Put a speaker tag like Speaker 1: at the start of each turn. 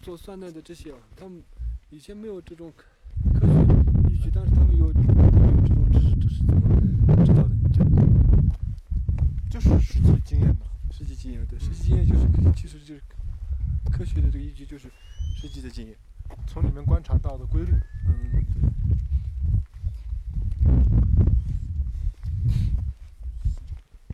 Speaker 1: 做酸奶的这些啊，他们以前没有这种科学依据，但是他们有他们有这种知识，这是怎么知道的？你觉得？
Speaker 2: 就是实际经验嘛。
Speaker 1: 实际经验对，实际经验就是其实就是科学的这个依据就是实际的经验。
Speaker 2: 从里面观察到的规律。
Speaker 1: 嗯，对。